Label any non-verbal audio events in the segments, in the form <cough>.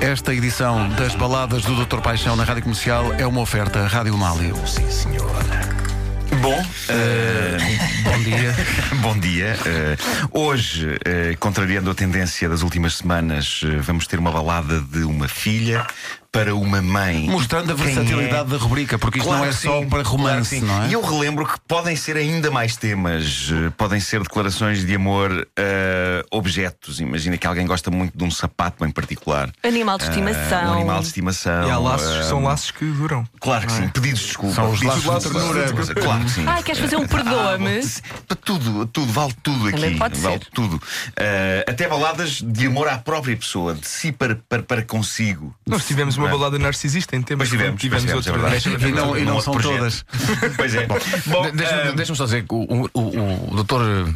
Esta edição das baladas do Dr. Paixão na Rádio Comercial é uma oferta Rádio Mália. Sim, senhora. Bom, eh, Bom dia. <laughs> bom dia. Eh, hoje, eh, contrariando a tendência das últimas semanas, eh, vamos ter uma balada de uma filha para uma mãe. Mostrando a Quem é? versatilidade da rubrica, porque isto Claro não é que só sim, para claro que romance, sim. não é? E eu relembro que podem ser ainda mais temas, eh, podem ser declarações de amor a objetos. Imagina que alguém gosta muito de um sapato em particular. Animal de Eh, estimação. um animal de estimação. E há laços, eh, são laços que duram. Claro que sim, pedidos de desculpa. São os pedidos de laços de desculpa, ternura. essa coisa. Claro que sim. Ah, Ai, queres fazer <laughs> um perdoa-me? Para tudo, tudo, vale tudo Também aqui. pode vale ser. tudo. Ah, até baladas de amor à própria pessoa, de si para, para, para consigo. Nós tivemos uma Não é? balada narcisista em tempos Mas tivemos, quando tivemos, mas tivemos, é outra. verdade. E não, e não são Projeto. todas. Pois é. Bom, bom, De- Deixa-me ah, deixa-me só dizer que o, o, o- o doutor eh,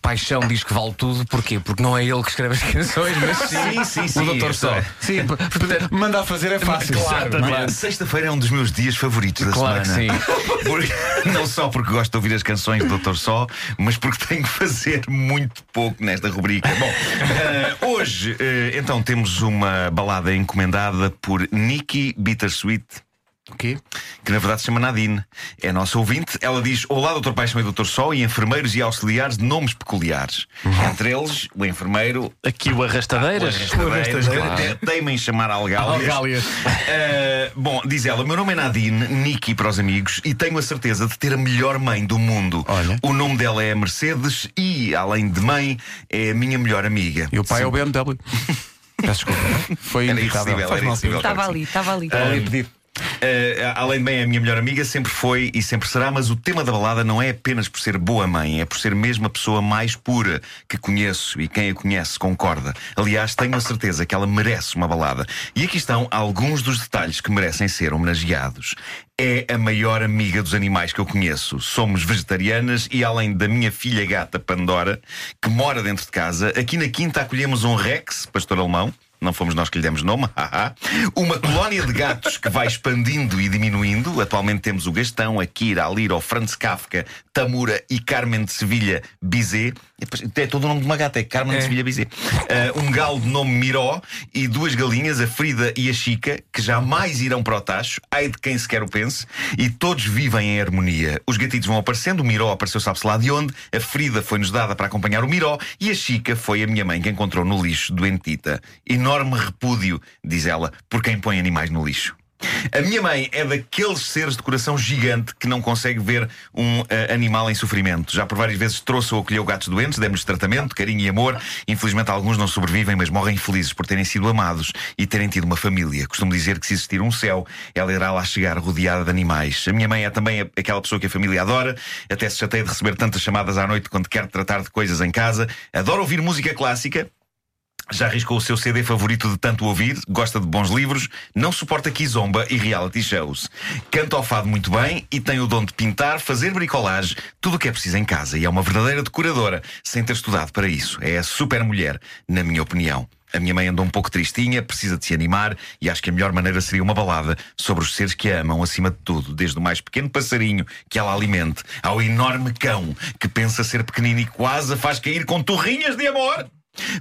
Paixão diz que vale tudo, porquê? Porque não é ele que escreve as canções, mas <laughs> sim, Sim, sim, sim, é. o doutor eu só. sei. Sim, p- p- mandar fazer é fácil. Mas Sexta-feira é um dos meus dias favoritos da Claro semana. que <laughs> Por- Não só porque gosto de ouvir as canções do Dr. Só, mas porque tenho que fazer muito pouco nesta rubrica. Bom, eh, hoje eh, então temos uma balada encomendada por Nikki Bittersweet. O quê? Que na verdade se chama Nadine, é a nossa ouvinte. Ela diz: Olá, Dr. Paixão e Dr. Sol, e enfermeiros e auxiliares de nomes peculiares. Entre eles, o enfermeiro Aqui o Arrastadeiras. Tá Arrastadeiras, até É, teimem em chamar Algálias. Algálias. Ah, bom, diz ela: Meu nome é Nadine, Niki para os amigos, e tenho a certeza de ter a melhor mãe do mundo. Olha. O nome dela é Mercedes e, além de mãe, é a minha melhor amiga. E o pai é o BMW. <laughs> Peço desculpa. Foi Era indicável. irresistível, era Faz mal. irresistível. Estava claro que ali, estava ali. Ah, Uh, além de bem, é a minha melhor amiga sempre foi e sempre será, mas o tema da balada não é apenas por ser boa mãe, é por ser mesmo a pessoa mais pura que conheço e quem a conhece concorda. Aliás, tenho a certeza que ela merece uma balada. E aqui estão alguns dos detalhes que merecem ser homenageados. É a maior amiga dos animais que eu conheço. Somos vegetarianas e, além da minha filha gata Pandora, que mora dentro de casa, aqui na quinta acolhemos um Rex, pastor alemão. Não fomos nós que lhe demos nome, <laughs> haha. Uma colónia de gatos que vai expandindo e diminuindo. Atualmente temos o Gastão, a Kira, a Lira, o Franz Kafka, Tamura e Carmen de Sevilha Bizet. E depois, É todo o nome de uma gata, é Carmen de Sevilha Bizet. Ah, um galo de nome Miró e duas galinhas, a Frida e a Chica, que jamais irão para o tacho, ai de quem sequer o pense, e todos vivem em harmonia. Os gatitos vão aparecendo, o Miró apareceu sabe-se lá de onde, a Frida foi-nos dada para acompanhar o Miró e a Chica foi a minha mãe que encontrou no lixo doentita. Enorme repúdio, diz ela, por quem põe animais no lixo. A minha mãe é daqueles seres de coração gigante que não consegue ver um eh, animal em sofrimento. Já por várias vezes trouxe ou acolheu gatos doentes, demos-lhes tratamento, carinho e amor. Infelizmente, alguns não sobrevivem, mas morrem felizes por terem sido amados e terem tido uma família. Costumo dizer que se existir um céu, ela irá lá chegar rodeada de animais. A minha mãe é também a- aquela pessoa que a família adora, até se chateia de receber tantas chamadas à noite quando quer tratar de coisas em casa. Adora ouvir música clássica, já arriscou o seu CD favorito de tanto ouvir, gosta de bons livros, não suporta quizomba e reality shows. Canta ao fado muito bem e tem o dom de pintar, fazer bricolagem, tudo o que é preciso em casa. E é uma verdadeira decoradora, sem ter estudado para isso. É a super mulher, na minha opinião. A minha mãe andou um pouco tristinha, precisa de se animar e acho que a melhor maneira seria uma balada sobre os seres que a amam acima de tudo, desde o mais pequeno passarinho que ela alimente ao enorme cão que pensa ser pequenino e quase a faz cair com torrinhas de amor.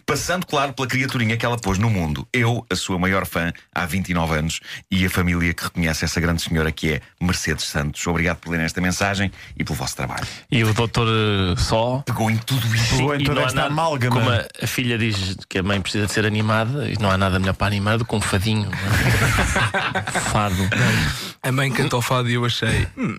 Passando, claro, pela criaturinha que ela pôs no mundo. Eu, a sua maior fã, há 29 anos, e a família que reconhece essa grande senhora que é Mercedes Santos. Obrigado por lerem esta mensagem e pelo vosso trabalho. E o doutor eh, só. Pegou em tudo isto. Pegou em E toda não há esta nada- amálgama. Como a, a filha diz que a mãe precisa de ser animada, e não há nada melhor para animar do que um fadinho. não é? Fado. A mãe canta ao fado e eu achei. "Hum,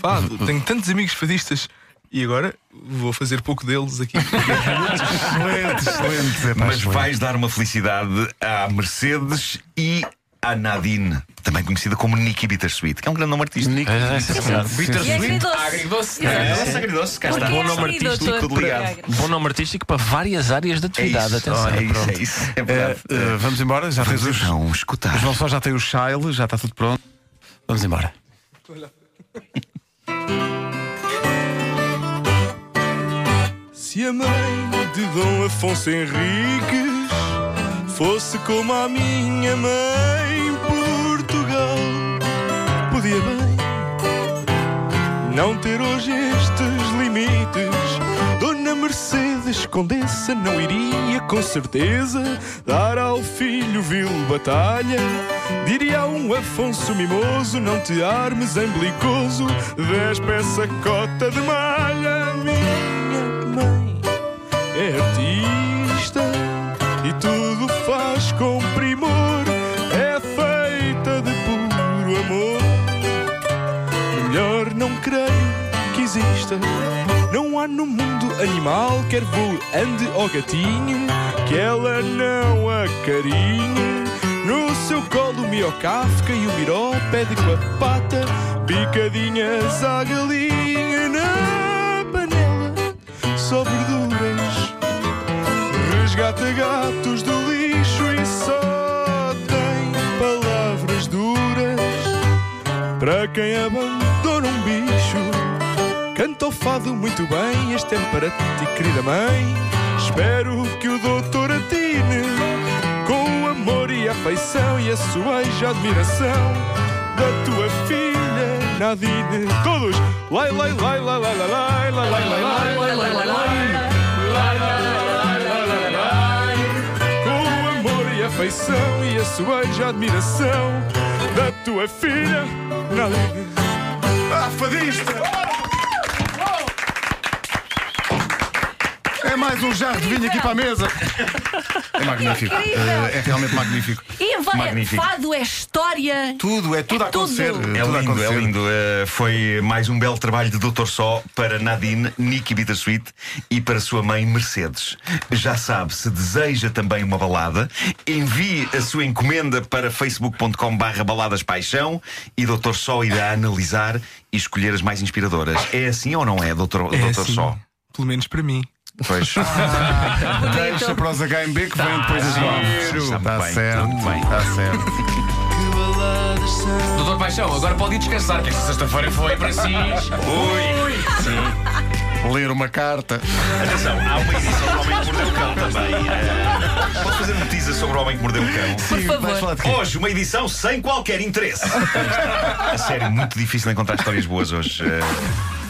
fado, tenho tantos amigos fadistas e agora vou fazer pouco deles aqui. Então Excelente, excelente. epá, Mas excelente. vais dar uma felicidade à Mercedes e à Nadine, também conhecida como Nikki Bittersweet, que é um grande nome artístico. Nick, É, é, sim, senhor. E é Bittersweet, agridoce. agridoce. Exato. Ela se agradou-se, cá Porque está. é agridoce, artístico, doutor. tudo ligado. Bom nome artístico para várias áreas de É atividade, isso, atenção. é isso, é isso. É Eh, verdade. eh, vamos embora, já tens os. Vamos então escutar. O João Só já tem o Shile, já está tudo pronto. Vamos embora. Se a mãe de Dom Afonso Henriques fosse como a minha mãe em Portugal, podia bem não ter hoje estes limites. Dona Mercedes escondesse, não iria com certeza dar ao filho vil batalha. Diria a um Afonso mimoso: não te armes em belicoso, dez peça cota de malha. Minha mãe é artista e tudo faz com primor, é feita de puro amor. Melhor não creio que exista. Não há no mundo animal, quer voe, ande ou gatinho, que ela não acarinhe. No seu colo, o miocafca e o miró pede com a pata, picadinhas à galinha na panela, só verduras. Resgata gatos do lixo e só tem palavras duras para quem abandona um bicho. Canta o fado muito bem, este é para ti, querida mãe. Espero que o doutor atine com o amor e a afeição e a sueja admiração da tua filha Nadine. Todos, lai, lai, lai, lai, lai, lai, lai, lai, lai, lai, lai, lai, lai, lai, lai. Com o amor e a afeição e a sueja admiração da tua filha Nadine. Ah, fadista! É mais um jarro de vinho aqui para a mesa. É magnífico. Incrível. Eh, é realmente magnífico. E vai, Magnífico. fado é história. Tudo, é tudo a tudo. acontecer. É tudo É a lindo, é acontecer. lindo. Uh, foi mais um belo trabalho de Doutor Só para Nadine, Nicky Bittersweet e para sua mãe Mercedes. Já sabe, se deseja também uma balada, envie a sua encomenda para facebook.com barra baladaspaixão e Doutor Só irá analisar e escolher as mais inspiradoras. É assim ou não é, Doutor, É Doutor assim, Só? Pelo menos para mim. Pois. Deixa para os HMB que vêm depois das nove. Ah, Tá giro. Está Muito bem, certo, muito bem. está certo. Doutor Paixão, agora pode ir descansar, que esta sexta-feira foi para si. Ui! Ler uma carta. Atenção, há uma edição do Homem que Mordeu o Cão também. Uh, posso fazer notícia sobre o Homem que Mordeu o Cão? Por favor. Hoje, uma edição <laughs> sem qualquer interesse. a sério, muito difícil encontrar histórias boas hoje. eh.